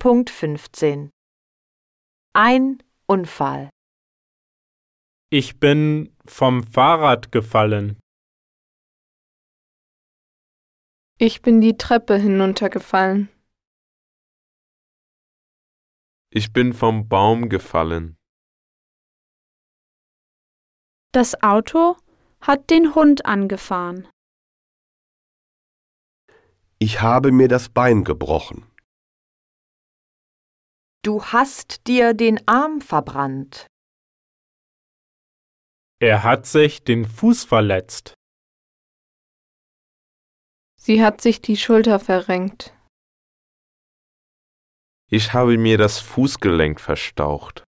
10.15 Ein Unfall. Ich bin vom Fahrrad gefallen. Ich bin die Treppe hinuntergefallen. Ich bin vom Baum gefallen. Das Auto hat den Hund angefahren. Ich habe mir das Bein gebrochen. Du hast dir den Arm verbrannt. Er hat sich den Fuß verletzt. Sie hat sich die Schulter verrenkt. Ich habe mir das Fußgelenk verstaucht.